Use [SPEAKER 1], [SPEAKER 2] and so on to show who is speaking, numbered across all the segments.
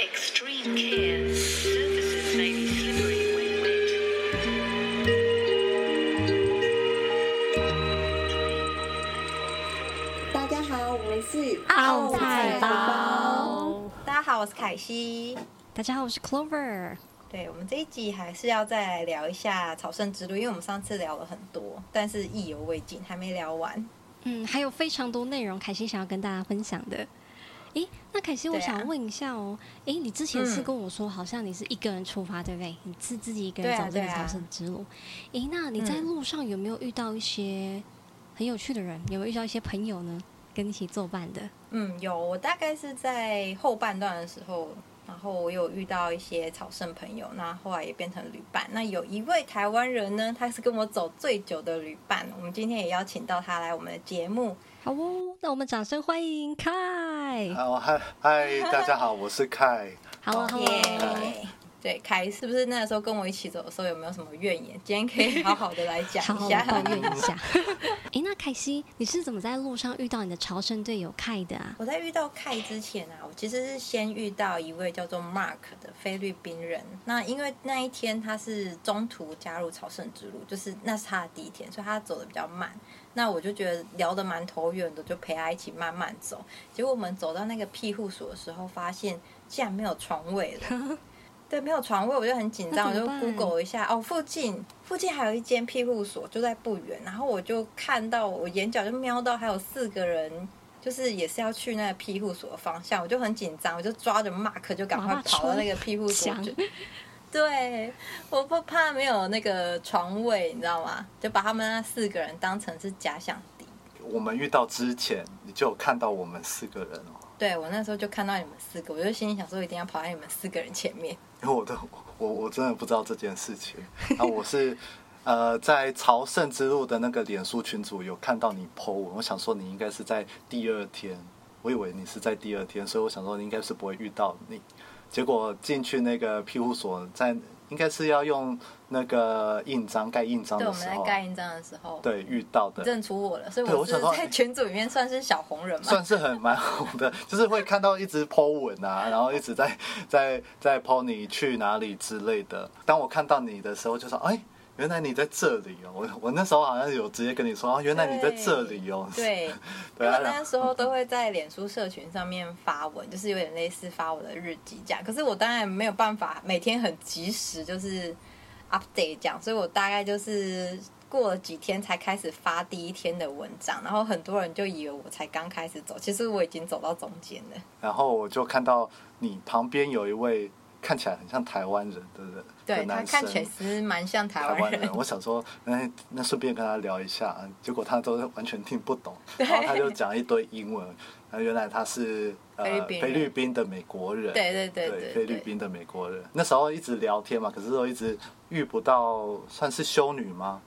[SPEAKER 1] Extreme care. Surfaces may be slippery when wet.
[SPEAKER 2] 大家好，我们是
[SPEAKER 3] 奥菜
[SPEAKER 2] 包。
[SPEAKER 4] 大家好，我是凯西。
[SPEAKER 3] 大家好，我是 Clover。
[SPEAKER 4] 对我们这一集还是要再来聊一下朝圣之路，因为我们上次聊了很多，但是意犹未尽，还没聊完。
[SPEAKER 3] 嗯，还有非常多内容，凯西想要跟大家分享的。诶，那凯西，我
[SPEAKER 4] 对啊
[SPEAKER 3] 想问一下哦，诶，你之前是
[SPEAKER 4] 嗯
[SPEAKER 3] 跟我说，好像你是一个人出发，对不对？你是自己一个
[SPEAKER 4] 对
[SPEAKER 3] 人
[SPEAKER 4] 啊
[SPEAKER 3] 走这个
[SPEAKER 4] 对啊
[SPEAKER 3] 朝圣之路。诶，那你在
[SPEAKER 4] 嗯
[SPEAKER 3] 路上有没有遇到一些很有趣的人？有没有遇到一些朋友呢？跟你一起作伴的？
[SPEAKER 4] 嗯，有，我大概是在后半段的时候，然后我有遇到一些朝圣朋友，那后来也变成旅伴。那有一位台湾人呢，他是跟我走最久的旅伴，我们今天也邀请到他来我们的节目。
[SPEAKER 3] 好哦，那我们掌声欢迎凯。
[SPEAKER 5] 好，哦嗨嗨，大家好，我是凯。
[SPEAKER 3] Hello
[SPEAKER 4] 耶、
[SPEAKER 3] Hello，
[SPEAKER 4] 对，凯是不是那个时候跟我一起走的时候有没有什么怨言？今天可以 好好的来讲
[SPEAKER 3] 好好
[SPEAKER 4] 一
[SPEAKER 3] 地
[SPEAKER 4] 下。
[SPEAKER 3] 抱怨一 下。诶，那凯西，你是怎么在路上遇到你的朝圣队友凯的啊？
[SPEAKER 4] 我在遇到凯之前啊，我其实是先遇到一位叫做 Mark 的菲律宾人。那因为那一天他是中途加入朝圣之路，就是那是他的第一天，所以他走的比较慢。那我就觉得聊得蛮投缘的，就陪他一起慢慢走。结果我们走到那个庇护所的时候，发现竟然没有床位 了。对，没有床位，我就很紧张，我
[SPEAKER 3] 那怎
[SPEAKER 4] 就
[SPEAKER 3] 么办
[SPEAKER 4] Google 一下哦，附近附近还有一间庇护所，就在不远。然后我就看到，我眼角就瞄到还有四个人，就是也是要去那个庇护所的方向，我就很紧张，我就抓着 Mark 就赶快
[SPEAKER 3] 马上
[SPEAKER 4] 跑到那个
[SPEAKER 3] 冲
[SPEAKER 4] 庇护所
[SPEAKER 3] 想
[SPEAKER 4] 去。对，我不怕没有那个床位，你知道吗？就把他们那四个人当成是假想敌。
[SPEAKER 5] 我们遇到之前，你就有看到我们四个人哦，
[SPEAKER 4] 对我那时候就看到你们四个，我就心里想说，一定要跑在你们四个人前面。
[SPEAKER 5] 因为我都我我真的不知道这件事情。啊，我是呃在朝圣之路的那个脸书群组有看到你 PO 文，我想说你应该是在第二天，我以为你是在第二天，所以我想说你应该是不会遇到你。结果进去那个庇护所在，应该是要用那个印章盖印章
[SPEAKER 4] 对，
[SPEAKER 5] 的
[SPEAKER 4] 我
[SPEAKER 5] 时
[SPEAKER 4] 们在
[SPEAKER 5] 候，
[SPEAKER 4] 盖印章的时候，
[SPEAKER 5] 对遇到的。
[SPEAKER 4] 认出我了，所以
[SPEAKER 5] 对
[SPEAKER 4] 我
[SPEAKER 5] 我
[SPEAKER 4] 是
[SPEAKER 5] 想说
[SPEAKER 4] 在群组里面算是小红人嘛。
[SPEAKER 5] 算是很蛮红的，就是会看到一直 Po 文啊，然后一直在在在 Po 你去哪里之类的。当我看到你的时候，就说：“哎，原来你在这里哦！”我我那时候好像有直接跟你说：“哦，原来你在这里哦。”
[SPEAKER 4] 对，
[SPEAKER 5] 对
[SPEAKER 4] 因
[SPEAKER 5] 啊
[SPEAKER 4] 为那时候都会在脸书社群上面发文，就是有点类似发我的日记这样。可是我当然没有办法每天很及时，就是 update 这样，所以我大概就是过了几天才开始发第一天的文章，然后很多人就以为我才刚开始走，其实我已经走到中间了。
[SPEAKER 5] 然后我就看到你旁边有一位看起来很像台湾人的人，
[SPEAKER 4] 对
[SPEAKER 5] 的
[SPEAKER 4] 他
[SPEAKER 5] 男
[SPEAKER 4] 看起来
[SPEAKER 5] 生。
[SPEAKER 4] 其实蛮像台
[SPEAKER 5] 台
[SPEAKER 4] 湾
[SPEAKER 5] 湾
[SPEAKER 4] 人
[SPEAKER 5] 人，，我想说，那那顺便跟他聊一下，啊结果他都完全听不懂，然后他就讲一堆英文，然后原来他是呃
[SPEAKER 4] 菲律宾人
[SPEAKER 5] 菲律宾的美国人，
[SPEAKER 4] 对对对对
[SPEAKER 5] 对，
[SPEAKER 4] 对
[SPEAKER 5] 菲律宾的美国人。那时候一直聊天嘛，可是都一直遇不到，算是修女吗？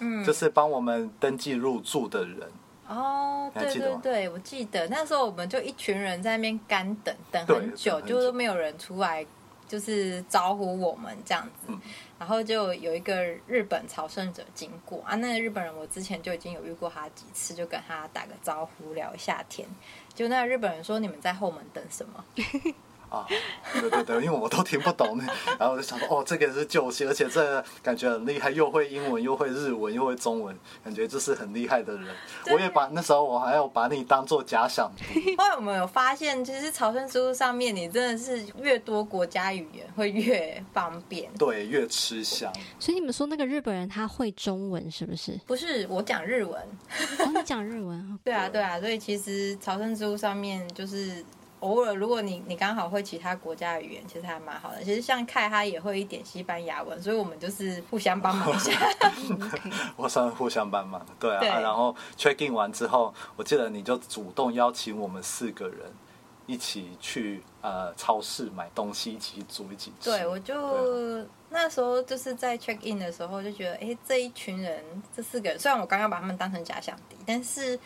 [SPEAKER 4] 嗯，
[SPEAKER 5] 就是帮我们登记入住的人，
[SPEAKER 4] 哦，
[SPEAKER 5] 你还
[SPEAKER 4] 对
[SPEAKER 5] 记
[SPEAKER 4] 对
[SPEAKER 5] 得吗
[SPEAKER 4] 对，我记得那时候我们就一群人在那边干等，等
[SPEAKER 5] 对
[SPEAKER 4] 很久，
[SPEAKER 5] 等很
[SPEAKER 4] 就
[SPEAKER 5] 久
[SPEAKER 4] 都没有人出来，就是招呼我们这样子。
[SPEAKER 5] 嗯
[SPEAKER 4] 然后就有一个日本朝圣者经过啊，那个日本人我之前就已经有遇过他几次，就跟他打个招呼聊一下天。就那个日本人说：“你们在后门等什 么
[SPEAKER 5] 啊，对对对，因为我都听不懂，然后我就想说，哦，这个是救星，而且这个感觉很厉害，又会英文，又会日文，又会中文，感觉就是很厉害的人。我也把那时候我还要把你当做假想敌，？”
[SPEAKER 4] 后来我们有发现，其实朝圣之路上面，你真的是越多国家语言会越方便。？
[SPEAKER 5] 对，越吃香。
[SPEAKER 3] 所以你们说那个日本人他会中文是不是
[SPEAKER 4] 不是我讲日文，
[SPEAKER 3] 哦，你讲日文啊？
[SPEAKER 4] 对啊，对啊，所以其实朝圣之路上面就是偶尔，如果你你刚好会其他国家的语言，其实还蛮好的。其实像凯他也会一点西班牙文，所以我们就是互相帮忙一下。
[SPEAKER 5] 哦 我算互相帮忙，对啊。
[SPEAKER 4] 对
[SPEAKER 5] 啊然后 check in 完之后，我记得你就主动邀请我们四个人一起去呃超市买东西，一起煮，一起吃。
[SPEAKER 4] 对，我
[SPEAKER 5] 对啊
[SPEAKER 4] 就那时候就是在 check in 的时候就觉得，哎，这一群人，这四个人，虽然我刚刚把他们当成假想敌，但是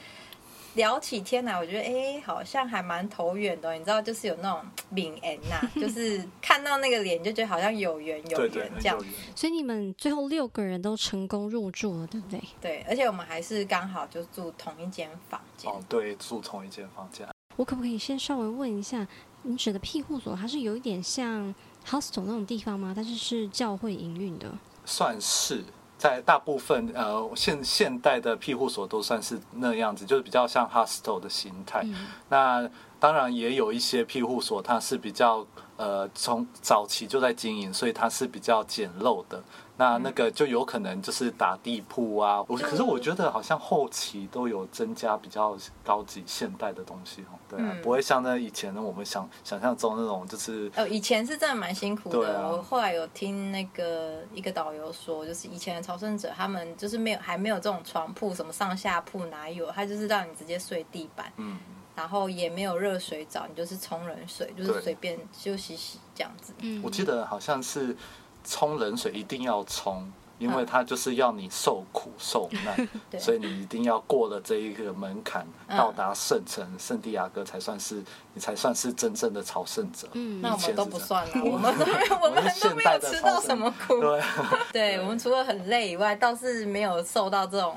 [SPEAKER 4] 聊起天来，我觉得，哎，好像还蛮投缘的哦。你知道，就是有那种敏恩呐， 就是看到那个脸就觉得好像有缘有
[SPEAKER 5] 对
[SPEAKER 4] 缘
[SPEAKER 5] 对，很
[SPEAKER 4] 这样
[SPEAKER 5] 有。缘
[SPEAKER 3] 所以你们最后六个人都成功入住了，对不对？
[SPEAKER 4] 对，而且我们还是刚好就住同一间房间。
[SPEAKER 5] 哦，对，住同一间房间。
[SPEAKER 3] 我可不可以先稍微问一下，你指的庇护所，它是有一点像 hostel 那种地方吗？但是是教会营运的。
[SPEAKER 5] 算是在大部分呃现现代的庇护所都算是那样子，就是比较像 hostel 的形态。
[SPEAKER 4] 嗯
[SPEAKER 5] 那当然也有一些庇护所，它是比较呃从早期就在经营，所以它是比较简陋的。
[SPEAKER 4] 嗯
[SPEAKER 5] 那那个就有可能就是打地铺啊，我可是我觉得好像后期都有增加比较高级现代的东西哦，对啊，
[SPEAKER 4] 嗯
[SPEAKER 5] 不会像那以前我们想想象中那种就是
[SPEAKER 4] 呃，以前是真的蛮辛苦
[SPEAKER 5] 对
[SPEAKER 4] 的。
[SPEAKER 5] 啊
[SPEAKER 4] 我后来有听那个一个导游说，就是以前的朝圣者他们就是没有还没有这种床铺，什么上下铺哪有？他就是让你直接睡地板，
[SPEAKER 5] 嗯
[SPEAKER 4] 然后也没有热水澡，你就是冲冷水，就
[SPEAKER 5] 对
[SPEAKER 4] 是随便就洗洗这样子。
[SPEAKER 3] 嗯，
[SPEAKER 5] 我记得好像是冲冷水一定要冲，因为它就是要你受苦受难，
[SPEAKER 4] 嗯 对
[SPEAKER 5] 所以你一定要过了这一个门槛，
[SPEAKER 4] 嗯
[SPEAKER 5] 到达圣城圣地亚哥才算是你才算是真正的朝圣者。
[SPEAKER 3] 嗯
[SPEAKER 4] 那我
[SPEAKER 5] 以前
[SPEAKER 4] 们
[SPEAKER 5] 是
[SPEAKER 4] 都不
[SPEAKER 5] 这
[SPEAKER 4] 算
[SPEAKER 5] 样
[SPEAKER 4] 了，我们都没有，我们
[SPEAKER 5] 我是
[SPEAKER 4] 都
[SPEAKER 5] 现
[SPEAKER 4] 没
[SPEAKER 5] 代
[SPEAKER 4] 有
[SPEAKER 5] 的
[SPEAKER 4] 吃
[SPEAKER 5] 朝
[SPEAKER 4] 到
[SPEAKER 5] 圣
[SPEAKER 4] 什么苦。
[SPEAKER 5] 对，啊
[SPEAKER 4] 对我们除了很累以外，倒是没有受到这种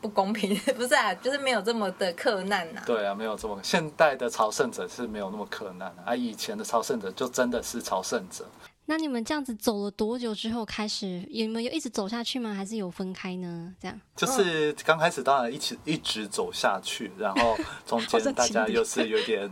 [SPEAKER 4] 不公平， 不是啊，就是没有这么的困难呐、
[SPEAKER 5] 对啊，没有这么现代的朝圣者是没有那么困难的，啊，以前的朝圣者就真的是朝圣者。
[SPEAKER 3] 那你们这样子走了多久之后开始？你们有一直走下去吗？还是有分开呢？这样
[SPEAKER 5] 就是刚开始当然一起一直走下去，然后 中
[SPEAKER 3] 好
[SPEAKER 5] 间
[SPEAKER 3] 像
[SPEAKER 5] 大家
[SPEAKER 3] 情侣
[SPEAKER 5] 又是有 点，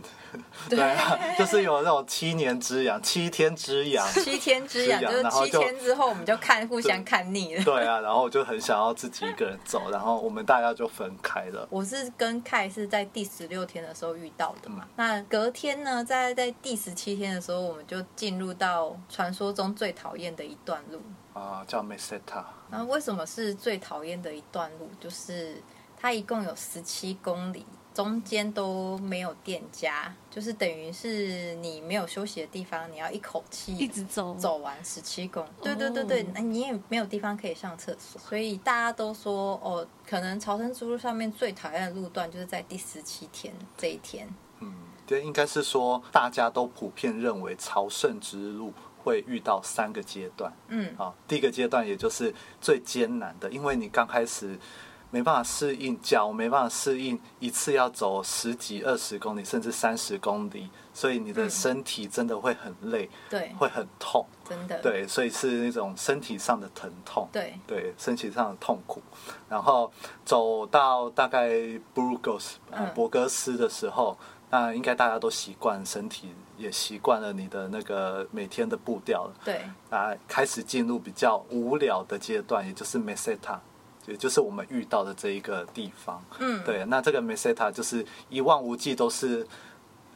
[SPEAKER 5] 对啊，就是有那种七年之痒、七天之 痒，
[SPEAKER 4] 七天之痒，
[SPEAKER 5] 之痒
[SPEAKER 4] 就是
[SPEAKER 5] 然后
[SPEAKER 4] 七
[SPEAKER 5] 就
[SPEAKER 4] 天之后我们就看互相看腻了。
[SPEAKER 5] 对啊，然后我就很想要自己一个人走，然后我们大家就分开了。
[SPEAKER 4] 我是跟凯是在第十六天的时候遇到的嘛，那
[SPEAKER 5] 嗯
[SPEAKER 4] 隔天呢，在在第十七天的时候，我们就进入到传说中最讨厌的一段路。
[SPEAKER 5] 啊、叫 Meseta，
[SPEAKER 4] 那为什么是最讨厌的一段路？就是它一共有十七公里，中间都没有店家，就是等于是你没有休息的地方，你要一口气
[SPEAKER 3] 一直走，
[SPEAKER 4] 走完十七公里，哦对对对对，那你也没有地方可以上厕所，所以大家都说哦，可能朝圣之路上面最讨厌的路段就是在第十七天这一天，
[SPEAKER 5] 嗯，对，应该是说大家都普遍认为朝圣之路会遇到三个阶段。
[SPEAKER 4] 嗯，
[SPEAKER 5] 啊，第一个阶段也就是最艰难的，因为你刚开始没办法适应，脚没办法适应，一次要走十几、二十公里，甚至三十公里，所以你的
[SPEAKER 4] 嗯
[SPEAKER 5] 身体真的会很累，
[SPEAKER 4] 对，
[SPEAKER 5] 会很痛，
[SPEAKER 4] 真的，
[SPEAKER 5] 对，所以是那种身体上的疼痛。
[SPEAKER 4] 对
[SPEAKER 5] 对身体上的痛苦，然后走到大概 Burgos 呃
[SPEAKER 4] 嗯
[SPEAKER 5] 博格斯的时候，那应该大家都习惯身体，也习惯了你的那个每天的步调了。
[SPEAKER 4] 对
[SPEAKER 5] 啊，开始进入比较无聊的阶段，也就是 meseta，也就是我们遇到的这一个地方。
[SPEAKER 4] 嗯
[SPEAKER 5] 对，那这个 meseta 就是一望无际都是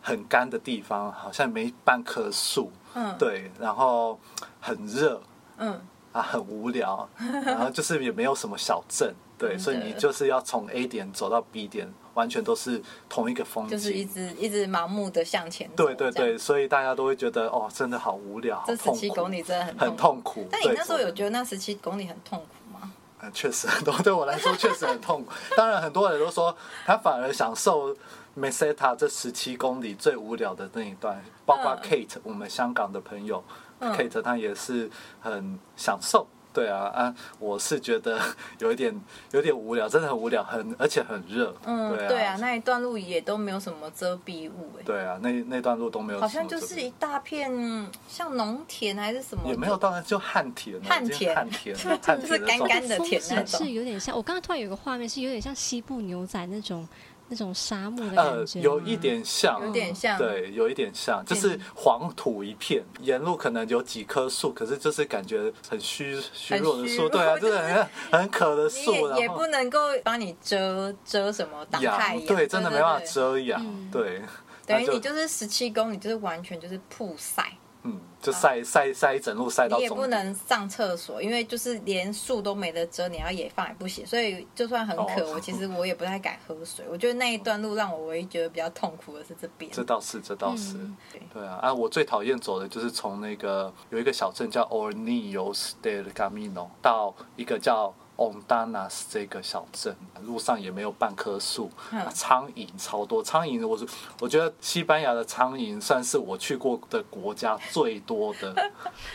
[SPEAKER 5] 很干的地方，好像没半棵树。
[SPEAKER 4] 嗯
[SPEAKER 5] 对，然后很热
[SPEAKER 4] 嗯，
[SPEAKER 5] 啊，很无聊， 然后就是也没有什么小镇。对，所以你就是要从 A 点走到 B 点，完全都是同一个风景。
[SPEAKER 4] 就是一直一直盲目的向前走，
[SPEAKER 5] 对对
[SPEAKER 4] 这样
[SPEAKER 5] 对，，所以大家都会觉得哦，真的好无聊，好
[SPEAKER 4] 这
[SPEAKER 5] 痛
[SPEAKER 4] 十七
[SPEAKER 5] 苦
[SPEAKER 4] 公里真的很
[SPEAKER 5] 很痛苦。
[SPEAKER 4] 但你
[SPEAKER 5] 对
[SPEAKER 4] 那时候
[SPEAKER 5] 走
[SPEAKER 4] 有
[SPEAKER 5] 得
[SPEAKER 4] 觉得那十七公里很痛苦吗？
[SPEAKER 5] 嗯，确实，很多 对我来说确实很痛苦。当然，很多人都说他反而享受 Meseta 这十七公里最无聊的那一段，包括
[SPEAKER 4] 嗯
[SPEAKER 5] Kate，、我们香港的朋友、
[SPEAKER 4] 嗯
[SPEAKER 5] Kate，她也是很享受。对啊，啊，我是觉得 有一点有点无聊，真的很无聊，很而且很热。
[SPEAKER 4] 嗯，
[SPEAKER 5] 对啊，
[SPEAKER 4] 对啊，那一段路也都没有什么遮蔽物、哎。
[SPEAKER 5] 对啊那那段路都没有什
[SPEAKER 4] 好
[SPEAKER 5] 么遮蔽，
[SPEAKER 4] 像就是一大片像农田还是什么的，
[SPEAKER 5] 也没有到那就旱田了，
[SPEAKER 4] 旱
[SPEAKER 5] 已经
[SPEAKER 4] 田
[SPEAKER 5] 旱田了，旱
[SPEAKER 4] 就
[SPEAKER 5] 田
[SPEAKER 4] 是
[SPEAKER 5] 的
[SPEAKER 4] 干
[SPEAKER 5] 状态
[SPEAKER 4] 干的
[SPEAKER 3] 风
[SPEAKER 4] 田那
[SPEAKER 3] 景
[SPEAKER 4] 种
[SPEAKER 3] 哦是有点像。我刚刚突然有个画面，是有点像西部牛仔那种那种沙漠的
[SPEAKER 5] 呃
[SPEAKER 3] 感，觉吗、
[SPEAKER 5] 有一点像，
[SPEAKER 4] 嗯有点像
[SPEAKER 5] 对，有一点像，就是黄土一片，沿路可能有几棵树，可是就是感觉很虚虚弱的
[SPEAKER 4] 虚
[SPEAKER 5] 树，
[SPEAKER 4] 弱
[SPEAKER 5] 对 啊，就是很很渴的
[SPEAKER 4] 你
[SPEAKER 5] 树，
[SPEAKER 4] 也
[SPEAKER 5] 然
[SPEAKER 4] 也
[SPEAKER 5] 后
[SPEAKER 4] 不能够帮你遮遮什么挡太
[SPEAKER 5] 阳，
[SPEAKER 4] 阳，
[SPEAKER 5] 对，真的没办法
[SPEAKER 4] 对。
[SPEAKER 5] 遮阳，
[SPEAKER 3] 嗯
[SPEAKER 5] 对，
[SPEAKER 4] 等于
[SPEAKER 5] 那
[SPEAKER 4] 你就是十七公里，就是完全就是曝晒，
[SPEAKER 5] 嗯，就晒晒晒一整路晒到
[SPEAKER 4] 啊你也
[SPEAKER 5] 终
[SPEAKER 4] 不
[SPEAKER 5] 点。
[SPEAKER 4] 能上厕所，因为就是连树都没得遮，你要野放也不行。所以就算很渴，
[SPEAKER 5] 哦
[SPEAKER 4] 我其实我也不太敢喝水。我觉得那一段路让我唯一觉得比较痛苦的是这边，
[SPEAKER 5] 这倒是，这倒是，
[SPEAKER 3] 嗯
[SPEAKER 4] 对
[SPEAKER 5] 对啊，啊，我最讨厌走的就是从那个有一个小镇叫 Ornios del Camino 到一个叫 Ondanas 这个小镇，路上也没有半棵树，
[SPEAKER 4] 嗯
[SPEAKER 5] 啊苍蝇超多，苍蝇我是我觉得西班牙的苍蝇算是我去过的国家最多的，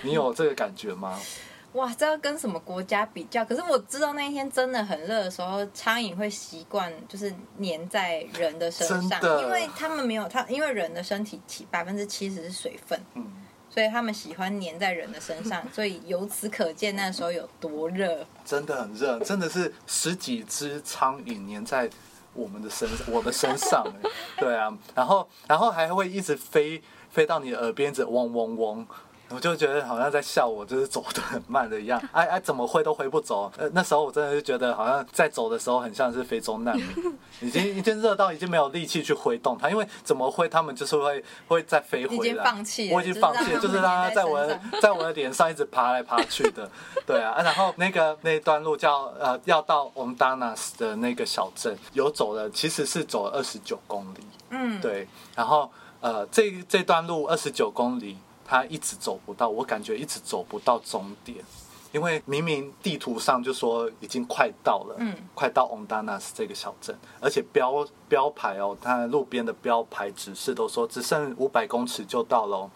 [SPEAKER 5] 你有这个感觉吗？
[SPEAKER 4] 哇，这要跟什么国家比较？可是我知道那一天真的很热的时候，苍蝇会习惯就是粘在人的身上
[SPEAKER 5] 真，的
[SPEAKER 4] 因为他们没有它，因为人的身体七百分之七十是水分，
[SPEAKER 5] 嗯，
[SPEAKER 4] 所以他们喜欢粘在人的身 上，所以由此可见那时候有多热。
[SPEAKER 5] 真的很热，真的是十几只苍蝇粘在我们的身，我的身上，哎对啊，然后然后还会一直飞飞到你的耳边，一直嗡嗡嗡。我就觉得好像在笑我，就是走得很慢的一 样，哎哎，怎么挥都挥不走。呃，那时候我真的就觉得好像在走的时候很像是非洲难民，已经已经热到已经没有力气去挥动它，因为怎么挥它们就是会会再飞回
[SPEAKER 4] 已
[SPEAKER 5] 来。
[SPEAKER 4] 经放弃了
[SPEAKER 5] 我已经放弃了，
[SPEAKER 4] 就
[SPEAKER 5] 就是是
[SPEAKER 4] 让
[SPEAKER 5] 让
[SPEAKER 4] 它
[SPEAKER 5] 它在我的
[SPEAKER 4] 粘在身上
[SPEAKER 5] 在我的脸上一直爬来爬去的，对啊。啊然后那个那一段路叫呃，要到 Ondanas 的那个小镇，有走了，其实是走了二十九公里，
[SPEAKER 4] 嗯，
[SPEAKER 5] 对。然后呃，这这段路二十九公里，它一直走不到，我感觉一直走不到终点。因为明明地图上就说已经快到了，
[SPEAKER 4] 嗯
[SPEAKER 5] 快到 Ondanas 这个小镇，而且标标牌哦，它路边的标牌指示都说只剩五百公尺就到喽，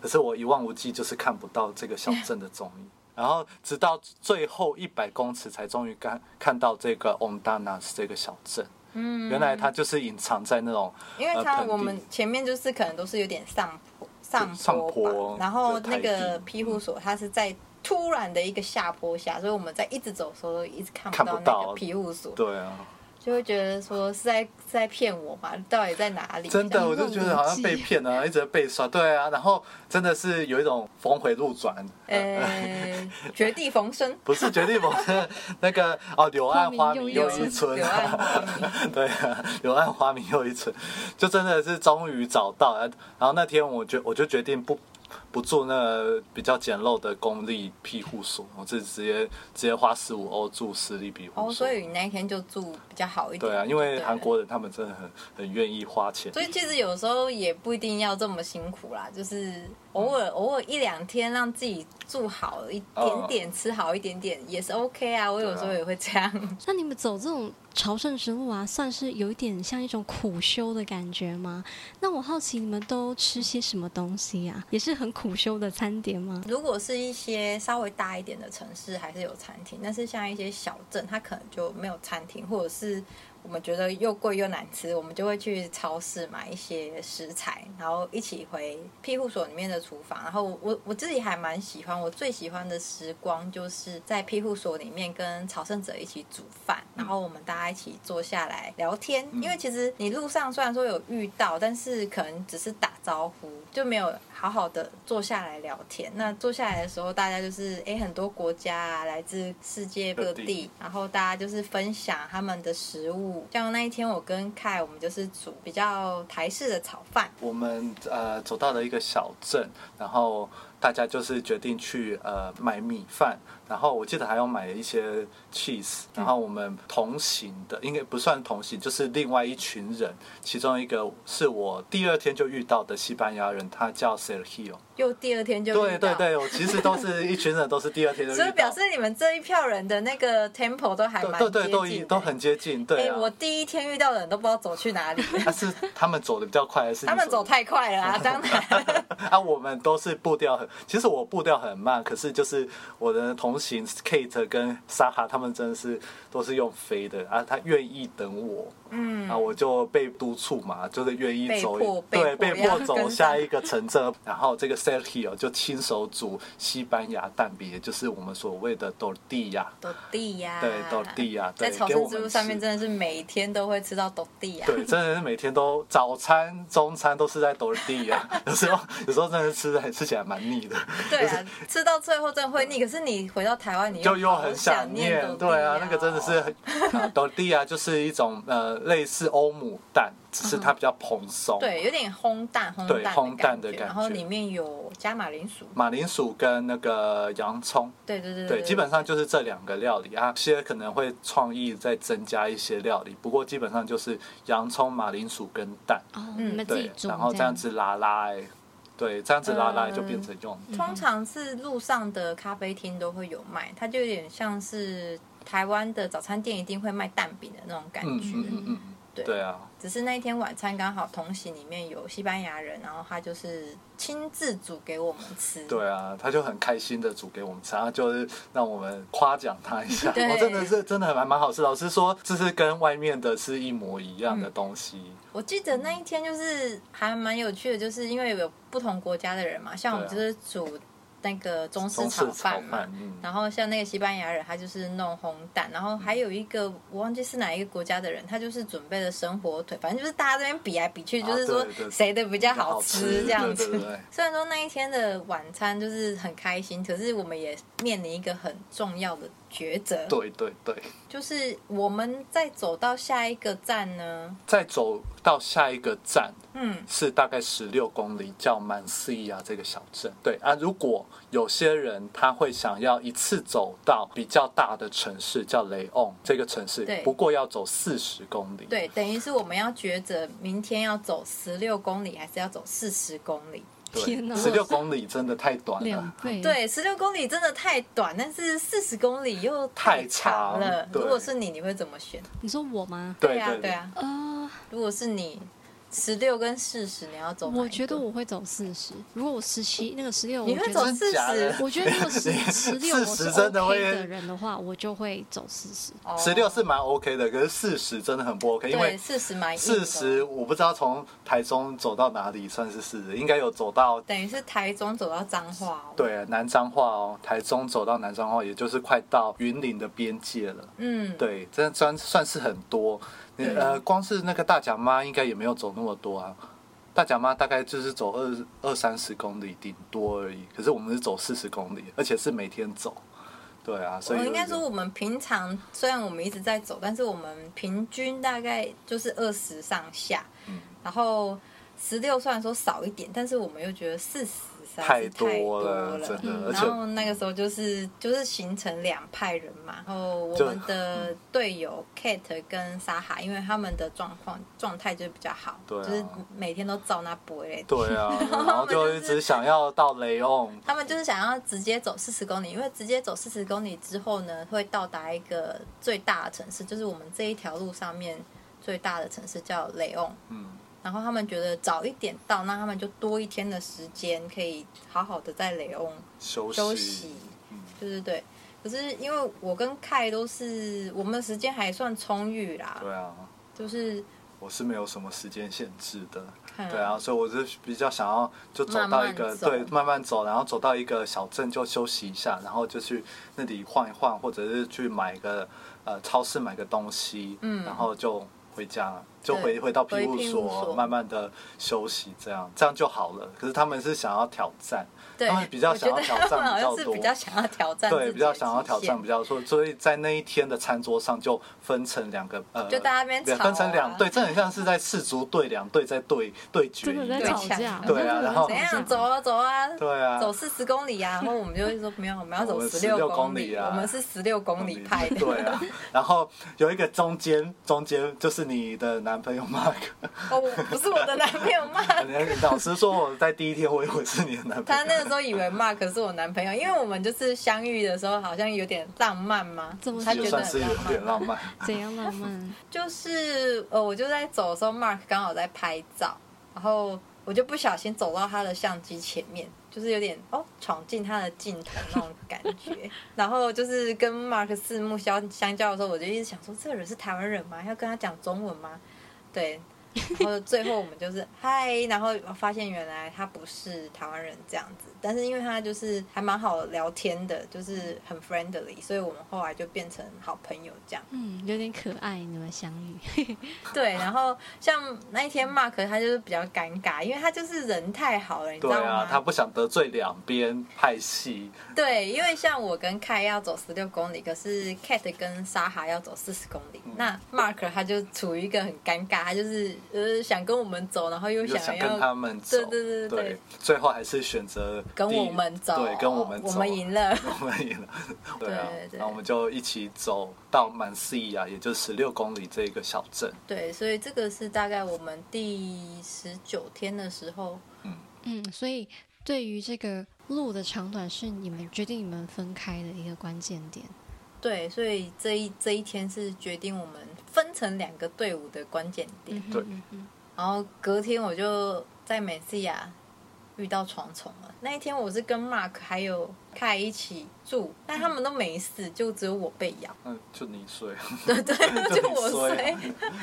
[SPEAKER 5] 可是我一望无际，就是看不到这个小镇的踪影。然后直到最后一百公尺，才终于看看到这个 Ondanas 这个小镇。
[SPEAKER 4] 嗯，
[SPEAKER 5] 原来它就是隐藏在那种
[SPEAKER 4] 因为
[SPEAKER 5] 呃
[SPEAKER 4] 它
[SPEAKER 5] 盆地
[SPEAKER 4] 我们前面就是可能都是有点上坡上
[SPEAKER 5] 上
[SPEAKER 4] 坡吧
[SPEAKER 5] 坡，
[SPEAKER 4] 然后那个
[SPEAKER 5] 的台地嗯
[SPEAKER 4] 庇护所它是在突然的一个下坡下，所以我们在一直走的时候都一直看
[SPEAKER 5] 看
[SPEAKER 4] 不
[SPEAKER 5] 不
[SPEAKER 4] 到那个
[SPEAKER 5] 到
[SPEAKER 4] 庇护所，
[SPEAKER 5] 对啊，
[SPEAKER 4] 就会觉得说是在是在骗我嘛，到底在哪里？
[SPEAKER 5] 真
[SPEAKER 4] 这
[SPEAKER 5] 的，
[SPEAKER 4] 样
[SPEAKER 5] 我就觉得好像被骗了，一直被刷，对啊，然后真的是有一种峰回路转，
[SPEAKER 4] 呃，绝地逢 生，
[SPEAKER 5] 不是绝地逢生那个哦，柳暗花明
[SPEAKER 3] 又
[SPEAKER 5] 又
[SPEAKER 3] 一
[SPEAKER 5] 一啊村，
[SPEAKER 4] 柳暗花明，
[SPEAKER 5] 对啊，柳暗花明又一村，就真的是终于找到了。然后那天我决我就决定不不住那个比较简陋的公立庇护所，我就直接直接花十五欧住私立庇护
[SPEAKER 4] 哦，
[SPEAKER 5] 所。
[SPEAKER 4] 所以你那一天就住比较好 一点。
[SPEAKER 5] 对啊，因为
[SPEAKER 4] 对
[SPEAKER 5] 韩国人他们真的很很愿意花钱。
[SPEAKER 4] 所以其实有时候也不一定要这么辛苦啦，就是偶
[SPEAKER 5] 嗯
[SPEAKER 4] 尔偶尔一两天让自己住好一点
[SPEAKER 5] 哦
[SPEAKER 4] 点，吃好一点点也是 OK 啊。我有时候也会这样，
[SPEAKER 3] 那你们走这种朝圣之路啊，算是有一点像一种苦修的感觉吗？那我好奇你们都吃些什么东西啊？也是很苦修的餐点吗？
[SPEAKER 4] 如果是一些稍微大一点的城市，还是有餐厅，但是像一些小镇，它可能就没有餐厅，或者是我们觉得又贵又难吃，我们就会去超市买一些食材，然后一起回庇护所里面的厨房。然后我我我自己还蛮喜欢，我最喜欢的时光就是在庇护所里面跟朝圣者一起煮饭，然
[SPEAKER 5] 嗯
[SPEAKER 4] 后我们大家一起坐下来聊天。因为其实你路上虽然说有遇到，但是可能只是打招呼，就没有好好的坐下来聊天。那坐下来的时候，大家就是诶很多国家啊，来自世界各
[SPEAKER 5] 各
[SPEAKER 4] 地
[SPEAKER 5] 地，
[SPEAKER 4] 然后大家就是分享他们的食物。像那一天我跟凯，我们就是煮比较台式的炒饭，
[SPEAKER 5] 我们呃走到了一个小镇，然后大家就是决定去呃买米饭，然后我记得还有买了一些 cheese，然
[SPEAKER 4] 嗯
[SPEAKER 5] 后我们同行的应该不算同行，就是另外一群人，其中一个是我第二天就遇到的西班牙人，他叫 Sergio。
[SPEAKER 4] 又第二天就遇
[SPEAKER 5] 对
[SPEAKER 4] 到
[SPEAKER 5] 对对，我其实都是一群人，都是第二天就遇 到。
[SPEAKER 4] 所以表示你们这一票人的那个 tempo 都还蛮
[SPEAKER 5] 对对
[SPEAKER 4] 接
[SPEAKER 5] 对
[SPEAKER 4] 近
[SPEAKER 5] 都
[SPEAKER 4] 的
[SPEAKER 5] 都。很接近，
[SPEAKER 4] 哎、
[SPEAKER 5] 对啊。
[SPEAKER 4] 我第一天遇到的人都不知道走去哪 里，
[SPEAKER 5] 但是他们走的比较快，还是你
[SPEAKER 4] 他们走太快了啊！当 然，
[SPEAKER 5] 啊，我们都是步调很，其实我步调很慢，可是就是我的同行 Kate 跟 Saha 他们真的是都是用飞的啊，他愿意等我，
[SPEAKER 4] 嗯
[SPEAKER 5] 啊，我就被督促嘛，就是愿意走一，
[SPEAKER 4] 被迫
[SPEAKER 5] 对，
[SPEAKER 4] 被
[SPEAKER 5] 被
[SPEAKER 4] 迫要
[SPEAKER 5] 迫
[SPEAKER 4] 跟
[SPEAKER 5] 走
[SPEAKER 4] 上
[SPEAKER 5] 下一个城镇，然后这个 Sergio 就亲手煮西班牙蛋饼，也就是我们所谓的 tortilla。
[SPEAKER 4] 斗地呀，
[SPEAKER 5] 对，tortilla，
[SPEAKER 4] 在
[SPEAKER 5] 对
[SPEAKER 4] 朝
[SPEAKER 5] 给我
[SPEAKER 4] 圣
[SPEAKER 5] 们
[SPEAKER 4] 之路上面
[SPEAKER 5] 吃
[SPEAKER 4] 真的是每天都会吃到斗地呀。啊
[SPEAKER 5] 对，真的是每天都早餐、中餐都是在 tortilla，有时候有时候真的吃得很吃起来蛮腻的。
[SPEAKER 4] 对啊，吃到最后真的会腻。可是你回到台湾，你
[SPEAKER 5] 就又
[SPEAKER 4] 好
[SPEAKER 5] 很
[SPEAKER 4] 想
[SPEAKER 5] 想念，
[SPEAKER 4] 斗地
[SPEAKER 5] 对啊
[SPEAKER 4] 呀，
[SPEAKER 5] 那个真的是很，啊斗地啊，就是一种呃类似欧姆蛋，只是它比较蓬松，，
[SPEAKER 4] 嗯对，有点烘蛋烘
[SPEAKER 5] 对
[SPEAKER 4] 蛋
[SPEAKER 5] 烘蛋的
[SPEAKER 4] 感觉
[SPEAKER 5] 感
[SPEAKER 4] 然后
[SPEAKER 5] 觉
[SPEAKER 4] 里面有加马铃薯，
[SPEAKER 5] 马铃薯跟那个洋葱，
[SPEAKER 4] 对对对
[SPEAKER 5] 对，基本上就是这两个料理啊，些可能会创意再增加一些料理，不过基本上就是洋葱、马铃薯跟蛋，
[SPEAKER 3] 哦，
[SPEAKER 4] 嗯
[SPEAKER 3] 你们自己
[SPEAKER 5] 对，
[SPEAKER 3] 煮，
[SPEAKER 5] 然后这样子拉拉，哎，对，这样子拉拉就变成用。
[SPEAKER 4] 通常是路上的咖啡厅都会有卖，它就有点像是台湾的早餐店一定会卖蛋饼的那种感
[SPEAKER 5] 嗯
[SPEAKER 4] 觉。
[SPEAKER 5] 嗯嗯嗯，
[SPEAKER 4] 对
[SPEAKER 5] 对啊，
[SPEAKER 4] 只是那一天晚餐刚好同行里面有西班牙人，然后他就是亲自煮给我们吃。
[SPEAKER 5] 对啊，他就很开心的煮给我们吃，然后就是让我们夸奖他一下。
[SPEAKER 4] 对
[SPEAKER 5] 我真的是真的还蛮好吃，老师说这是跟外面的是一模一样的东西。
[SPEAKER 4] 我记得那一天就是还蛮有趣的，就是因为有不同国家的人嘛，像我们就
[SPEAKER 5] 对啊
[SPEAKER 4] 是煮那个中式
[SPEAKER 5] 中
[SPEAKER 4] 炒
[SPEAKER 5] 式炒
[SPEAKER 4] 饭嘛，
[SPEAKER 5] 饭，嗯，
[SPEAKER 4] 然后像那个西班牙人，他就是弄烘蛋，然后还有一个我忘记是哪一个国家的人，他就是准备了生火腿，反正就是大家这边比来比去，
[SPEAKER 5] 啊
[SPEAKER 4] 就是说
[SPEAKER 5] 对对
[SPEAKER 4] 谁的比较好吃这样
[SPEAKER 5] 对对
[SPEAKER 4] 子。
[SPEAKER 5] 对
[SPEAKER 4] 虽然说那一天的晚餐就是很开心，可是我们也面临一个很重要的抉择，
[SPEAKER 5] 对对对。
[SPEAKER 4] 就是我们在走到下一个站呢，
[SPEAKER 5] 再走到下一个站
[SPEAKER 4] 嗯，
[SPEAKER 5] 是大概十六公里，叫曼西亚这个小镇。对啊，如果有些人他会想要一次走到比较大的城市，叫雷翁这个城市
[SPEAKER 4] 对，
[SPEAKER 5] 不过要走四十公里。
[SPEAKER 4] 对，等于是我们要抉择明天要走十六公里还是要走四十公里。
[SPEAKER 5] 对，
[SPEAKER 3] 天哪
[SPEAKER 5] 十六公里真的太短
[SPEAKER 3] 两
[SPEAKER 5] 了。
[SPEAKER 3] 倍，，
[SPEAKER 4] 对，十六公里真的太短，但是四十公里又长了。
[SPEAKER 5] 太长
[SPEAKER 4] 如
[SPEAKER 5] 对
[SPEAKER 4] 果是你，你会怎么选？
[SPEAKER 3] 你说我吗？
[SPEAKER 5] 对
[SPEAKER 4] 啊，对啊。
[SPEAKER 3] 呃，
[SPEAKER 4] 如果是你，十六跟四十，你要走哪一个？
[SPEAKER 3] 我觉得我会走四十，如果我十七那个十六，我
[SPEAKER 4] 你会
[SPEAKER 3] 觉
[SPEAKER 4] 走
[SPEAKER 3] 得
[SPEAKER 5] 真
[SPEAKER 4] 四
[SPEAKER 5] 假的
[SPEAKER 4] 十，
[SPEAKER 3] 我觉得如果 十十六我是
[SPEAKER 5] 40真的
[SPEAKER 3] OK
[SPEAKER 5] 会
[SPEAKER 3] 的人的话，我就会走四十。
[SPEAKER 5] 十六是蛮 OK 的，可是四十真的很不 OK，因
[SPEAKER 4] 哦对
[SPEAKER 5] 为
[SPEAKER 4] 四十蛮硬的
[SPEAKER 5] 四十，我不知道从台中走到哪里算是四十，应该有走到
[SPEAKER 4] 等于是台中走到彰化哦。，
[SPEAKER 5] 对南彰化哦，台中走到南彰化，也就是快到云林的边界了。
[SPEAKER 4] 嗯，
[SPEAKER 5] 对，这算算是很多。你呃，光是那个大甲妈应该也没有走那么多啊。大甲妈大概就是走二二三十公里顶多而已，可是我们是走四十公里，而且是每天走。对啊，所以
[SPEAKER 4] 我
[SPEAKER 5] 有
[SPEAKER 4] 哦应该说，
[SPEAKER 5] 点
[SPEAKER 4] 我们平常虽然我们一直在走，但是我们平均大概就是二十上下，
[SPEAKER 5] 嗯
[SPEAKER 4] 然后十六虽然说少一点，但是我们又觉得四十
[SPEAKER 5] 太
[SPEAKER 4] 多
[SPEAKER 5] 多了，真
[SPEAKER 3] 嗯
[SPEAKER 5] 的，而
[SPEAKER 4] 然后
[SPEAKER 5] 且
[SPEAKER 4] 那个时候就是就是形成两派人嘛，然后我
[SPEAKER 5] 就
[SPEAKER 4] 们的队友 Kate 跟沙哈，因为他们的状况状态就比较好，
[SPEAKER 5] 对啊
[SPEAKER 4] 就是每天都照那波嘞。
[SPEAKER 5] 对啊，然后就一直想要到雷翁，
[SPEAKER 4] 他们就是想要直接走四十公里，因为直接走四十公里之后呢，会到达一个最大的城市，就是我们这一条路上面最大的城市叫雷翁。
[SPEAKER 5] 嗯，
[SPEAKER 4] 然后他们觉得早一点到，那他们就多一天的时间可以好好的在雷翁
[SPEAKER 5] 休息，
[SPEAKER 4] 休息，
[SPEAKER 5] 嗯
[SPEAKER 4] 对对对。可是因为我跟凯都是我们的时间还算充裕啦，
[SPEAKER 5] 对啊，
[SPEAKER 4] 就是
[SPEAKER 5] 我是没有什么时间限制的，
[SPEAKER 4] 嗯
[SPEAKER 5] 对啊，所以我是比较想要就走到一个
[SPEAKER 4] 慢慢走
[SPEAKER 5] 对慢慢走，然后走到一个小镇就休息一下，然后就去那里晃一晃，或者是去买个呃超市买个东西，
[SPEAKER 4] 嗯
[SPEAKER 5] 然后就回家，就回
[SPEAKER 4] 对
[SPEAKER 5] 回到庇护
[SPEAKER 4] 回庇护所
[SPEAKER 5] 所慢慢的休息，这样这样就好了。可是他们是想要挑战，
[SPEAKER 4] 对
[SPEAKER 5] 他们比较想要挑
[SPEAKER 4] 我觉得
[SPEAKER 5] 战
[SPEAKER 4] 他们 好像是
[SPEAKER 5] 比较多
[SPEAKER 4] 比较想要挑战，
[SPEAKER 5] 对，比较想要挑战，比。较说，所以在那一天的餐桌上就分成两个呃，
[SPEAKER 4] 就大家那边
[SPEAKER 5] 对
[SPEAKER 4] 吵啊
[SPEAKER 5] 分成两队，这很像是在士族队两队在对对决
[SPEAKER 3] 真
[SPEAKER 5] 一
[SPEAKER 3] 的
[SPEAKER 5] 样，
[SPEAKER 3] 在
[SPEAKER 4] 对
[SPEAKER 3] 吵
[SPEAKER 4] 抢
[SPEAKER 3] 架，
[SPEAKER 5] 对
[SPEAKER 3] 真
[SPEAKER 5] 啊
[SPEAKER 3] 的
[SPEAKER 5] 然后
[SPEAKER 4] 怎
[SPEAKER 3] 在吵架
[SPEAKER 4] 样？走啊走啊，
[SPEAKER 5] 对啊，
[SPEAKER 4] 走四十公里啊，然后我们就会说没有，我们要走
[SPEAKER 5] 我们
[SPEAKER 4] 六
[SPEAKER 5] 16
[SPEAKER 4] 公
[SPEAKER 5] 公里啊
[SPEAKER 4] 我们是十六公里派的，
[SPEAKER 5] 对啊，然后有一个中间，中间就是你的男朋友 Mark。
[SPEAKER 4] 哦，我不是我的男朋友 Mark，
[SPEAKER 5] 老实说，我在第一天我以为是你的男朋
[SPEAKER 4] 他
[SPEAKER 5] 友。
[SPEAKER 4] 那个时候以为 Mark 是我男朋友，因为我们就是相遇的时候好像有点浪漫嘛
[SPEAKER 3] 怎么，
[SPEAKER 4] 他
[SPEAKER 5] 也
[SPEAKER 4] 觉得
[SPEAKER 5] 算是
[SPEAKER 4] 很
[SPEAKER 5] 有
[SPEAKER 4] 浪漫
[SPEAKER 5] 点。浪漫，
[SPEAKER 3] 怎样浪漫？
[SPEAKER 4] 就是呃，我就在走的时候，Mark 刚好在拍照，然后我就不小心走到他的相机前面，就是有点哦闯进他的镜头那种感觉。然后就是跟 Mark 四目相相交的时候，我就一直想说，这个人是台湾人吗？要跟他讲中文吗？对。然后最后我们就是嗨，然后发现原来他不是台湾人这样子，但是因为他就是还蛮好聊天的，就是很 friendly，所以我们后来就变成好朋友这样。
[SPEAKER 3] 嗯，有点可爱，你们相遇。
[SPEAKER 4] 对，然后像那一天 Mark 他就是比较尴尬，因为他就是人太好了，你知
[SPEAKER 5] 对
[SPEAKER 4] 道
[SPEAKER 5] 啊
[SPEAKER 4] 吗？，
[SPEAKER 5] 他不想得罪两边派系，
[SPEAKER 4] 对，因为像我跟凯要走十六公里，可是 Cat 跟沙哈要走四十公
[SPEAKER 5] 嗯
[SPEAKER 4] 里，那 Mark 他就处于一个很尴尬，他就是呃想跟我们走，然后又
[SPEAKER 5] 又
[SPEAKER 4] 想
[SPEAKER 5] 想
[SPEAKER 4] 要
[SPEAKER 5] 跟他们走，
[SPEAKER 4] 对对对对
[SPEAKER 5] 对，最后还是选择
[SPEAKER 4] 跟
[SPEAKER 5] 第
[SPEAKER 4] 我们走，
[SPEAKER 5] 对，跟我们走，
[SPEAKER 4] 我们赢了。
[SPEAKER 5] 我们赢了，对啊
[SPEAKER 4] 对对，对
[SPEAKER 5] 然后我们就一起走到满西亚，也就十六公里这一个小镇，
[SPEAKER 4] 对，所以这个是大概我们第十九天的时候，
[SPEAKER 3] 嗯，所以对于这个路的长短是你们决定你们分开的一个关键点。
[SPEAKER 4] 对，所以这一这一天是决定我们分成两个队伍的关键点。
[SPEAKER 3] 嗯哼
[SPEAKER 5] 对
[SPEAKER 3] 嗯哼
[SPEAKER 4] 然后隔天我就在美西亚遇到床虫了。那一天我是跟 Mark 还有凯一起住，但他们都没事，就只有我被咬。
[SPEAKER 5] 嗯，就你睡，
[SPEAKER 4] 对 对，就我
[SPEAKER 5] 就你
[SPEAKER 4] 睡
[SPEAKER 5] 啊。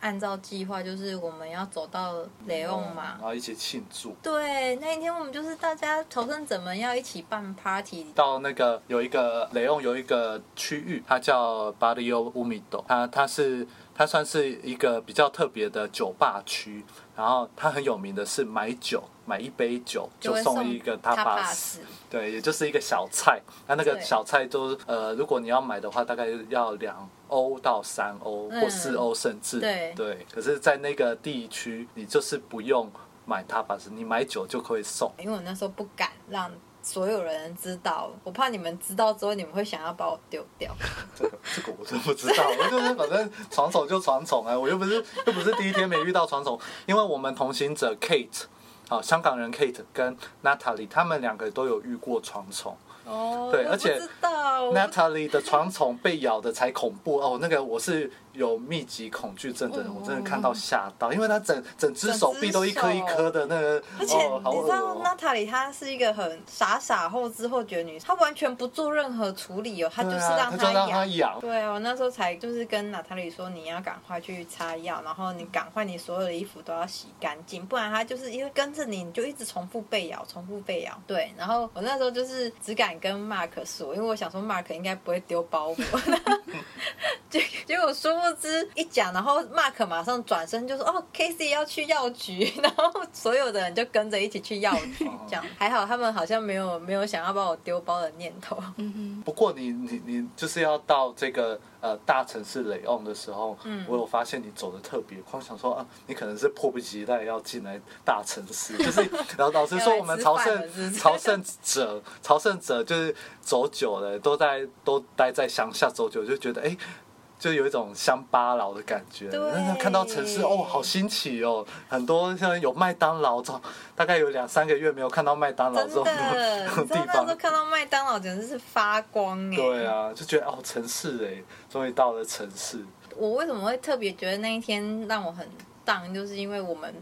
[SPEAKER 4] 按照计划，就是我们要走到雷欧嘛
[SPEAKER 5] 然。后一起庆祝。
[SPEAKER 4] 对，那一天我们就是大家朝圣者们要一起办 party，
[SPEAKER 5] 到那个有一个雷翁有一个区域，它叫巴里欧乌米斗，它它是它算是一个比较特别的酒吧区，然后它很有名的是买酒，买一杯酒就
[SPEAKER 4] 会
[SPEAKER 5] 送一个 tapas，
[SPEAKER 4] tapas
[SPEAKER 5] 对，也就是一个小菜。那那个
[SPEAKER 4] 对
[SPEAKER 5] 小菜都呃，如果你要买的话，大概要两欧到三欧
[SPEAKER 4] 嗯
[SPEAKER 5] 或四欧，甚至、
[SPEAKER 4] 对
[SPEAKER 5] 对。可是，在那个地区，你就是不用买 tapas，你买酒就可以送。
[SPEAKER 4] 因为我那时候不敢让所有人知道，我怕你们知道之后你们会想要把我丢掉。
[SPEAKER 5] 这个这个我真不知道，我就是反正床宠就床宠啊，我又不是又不是第一天没遇到床宠，因为我们同行者 Kate，好、香港人 Kate 跟 Natalie 他们两个都有遇过床宠。
[SPEAKER 4] 哦，
[SPEAKER 5] 对
[SPEAKER 4] 我
[SPEAKER 5] 而且
[SPEAKER 4] 不知道，我
[SPEAKER 5] Natalie 的床宠被咬的才恐怖哦，那个我是有密集恐惧症的
[SPEAKER 4] 嗯
[SPEAKER 5] 人，我真的看到吓到，因为他整整只手臂都一颗一颗的那个，
[SPEAKER 4] 而且
[SPEAKER 5] 哦，好
[SPEAKER 4] 你知
[SPEAKER 5] 恶
[SPEAKER 4] 道，娜
[SPEAKER 5] 哦。
[SPEAKER 4] 塔莉她是一个很傻傻后知后觉的女生，她完全不做任何处理哦，她就是
[SPEAKER 5] 对啊
[SPEAKER 4] 让
[SPEAKER 5] 他就让
[SPEAKER 4] 咬。
[SPEAKER 5] 他咬，
[SPEAKER 4] 对啊，我那时候才就是跟娜塔莉说，你要赶快去擦药，然后你赶快你所有的衣服都要洗干净，不然她就是因为跟着你，你就一直重复被咬，重复被咬。对，然后我那时候就是只敢跟 Mark 说，因为我想说 Mark 应该不会丢包我。结结果殊不知一讲，然后 Mark 马上转身就说：“哦，Casey 要去药局。”然后所有的人就跟着一起去药局，这样还好他们好像没有没有想要把我丢包的念头。
[SPEAKER 3] 嗯
[SPEAKER 5] 不过你你你就是要到这个呃大城市雷昂的时候，
[SPEAKER 4] 嗯
[SPEAKER 5] 我有发现你走的特别快，我想说啊，你可能是迫不及待要进来大城 市，就是然后老实说，我们朝
[SPEAKER 4] 要来 吃饭了是
[SPEAKER 5] 圣
[SPEAKER 4] 不是
[SPEAKER 5] 朝圣者朝圣者就是走久了，都在都待在乡下走久，就觉得哎。就有一种乡巴佬的感觉，
[SPEAKER 4] 对
[SPEAKER 5] 但是看到城市哦，好新奇哦，很多像有麦当劳这种，大概有两三个月没有看到麦当劳这
[SPEAKER 4] 真
[SPEAKER 5] 种
[SPEAKER 4] 的，
[SPEAKER 5] 这
[SPEAKER 4] 你
[SPEAKER 5] 种
[SPEAKER 4] 知道
[SPEAKER 5] 地
[SPEAKER 4] 那
[SPEAKER 5] 方
[SPEAKER 4] 时候。看到麦当劳简直是发光哎、
[SPEAKER 5] 对啊，就觉得哦，城市哎，终于到了城市。
[SPEAKER 4] 我为什么会特别觉得那一天让我很荡，就是因为我们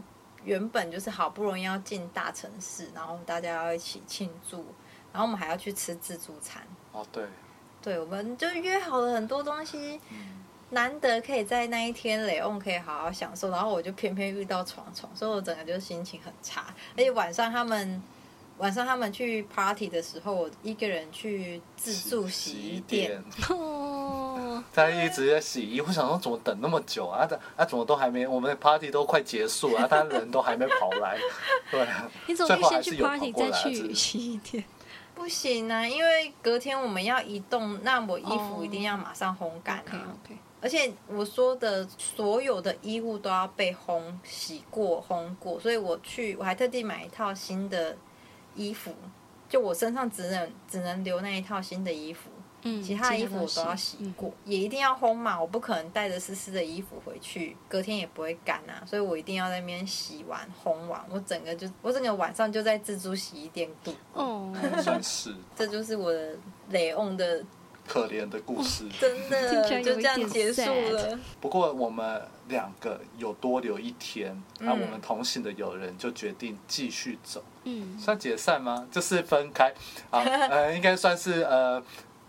[SPEAKER 4] 原本就是好不容易要进大城市，然后大家要一起庆祝，然后我们还要去吃自助餐。
[SPEAKER 5] 哦，对，
[SPEAKER 4] 对，我们就约好了很多东西，难得可以在那一天雷翁可以好好享受，然后我就偏偏遇到床虫，所以我整个就心情很差。而且晚上他们晚上他们去 party 的时候，我一个人去自助洗衣店，，
[SPEAKER 3] 哼，哦，
[SPEAKER 5] 他一直在洗衣，我想说怎么等那么久啊？他他怎么都还没，我们的 party 都快结束啊，他人都还没跑 来，对啊，
[SPEAKER 3] 你怎么
[SPEAKER 5] 最
[SPEAKER 3] 不
[SPEAKER 5] 后还
[SPEAKER 3] 先
[SPEAKER 5] 是
[SPEAKER 3] 去
[SPEAKER 5] 有跑
[SPEAKER 3] party
[SPEAKER 5] 过
[SPEAKER 3] 再
[SPEAKER 5] 来啊
[SPEAKER 3] 去
[SPEAKER 5] 只是
[SPEAKER 3] 洗衣 店？
[SPEAKER 4] 不行啊，因为隔天我们要移动，那我衣服一定要马上烘
[SPEAKER 3] 嗯
[SPEAKER 4] 干啊。
[SPEAKER 3] OK，
[SPEAKER 4] 而且我说的所有的衣物都要被烘洗过、烘过，所以我去我还特地买一套新的衣服，就我身上只能只能留那一套新的衣服，
[SPEAKER 3] 嗯，
[SPEAKER 4] 其他的衣服我都要洗
[SPEAKER 3] 嗯
[SPEAKER 4] 过，也一定要烘嘛，我不可能带着湿湿的衣服回去，隔天也不会干啊，所以我一定要在那边洗完、烘完，我整个就我整个晚上就在自助洗衣店度，
[SPEAKER 3] 哦，
[SPEAKER 5] 算是
[SPEAKER 4] 这就是我的雷翁的，
[SPEAKER 5] 可怜的 故事。
[SPEAKER 4] 真
[SPEAKER 3] 听起
[SPEAKER 4] 的
[SPEAKER 3] 来
[SPEAKER 4] 就
[SPEAKER 3] 有
[SPEAKER 4] 这
[SPEAKER 3] 一
[SPEAKER 4] 样
[SPEAKER 3] 点
[SPEAKER 4] 结束
[SPEAKER 3] sad
[SPEAKER 4] 了。
[SPEAKER 5] 不过我们两个有多留一天，那、
[SPEAKER 4] 嗯
[SPEAKER 5] 我们同行的友人就决定继续走。
[SPEAKER 3] 嗯，
[SPEAKER 5] 算解散吗？就是分开 啊，呃，应该算是呃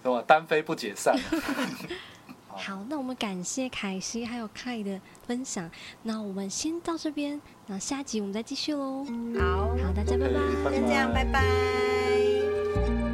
[SPEAKER 5] 什么单飞不解 散。
[SPEAKER 3] 好，那我们感谢凯西还有凯的分享，那我们先到这边，那下集我们再继续喽。
[SPEAKER 4] 好，
[SPEAKER 3] 好，大家拜拜。
[SPEAKER 5] OK，
[SPEAKER 4] 先这样，拜拜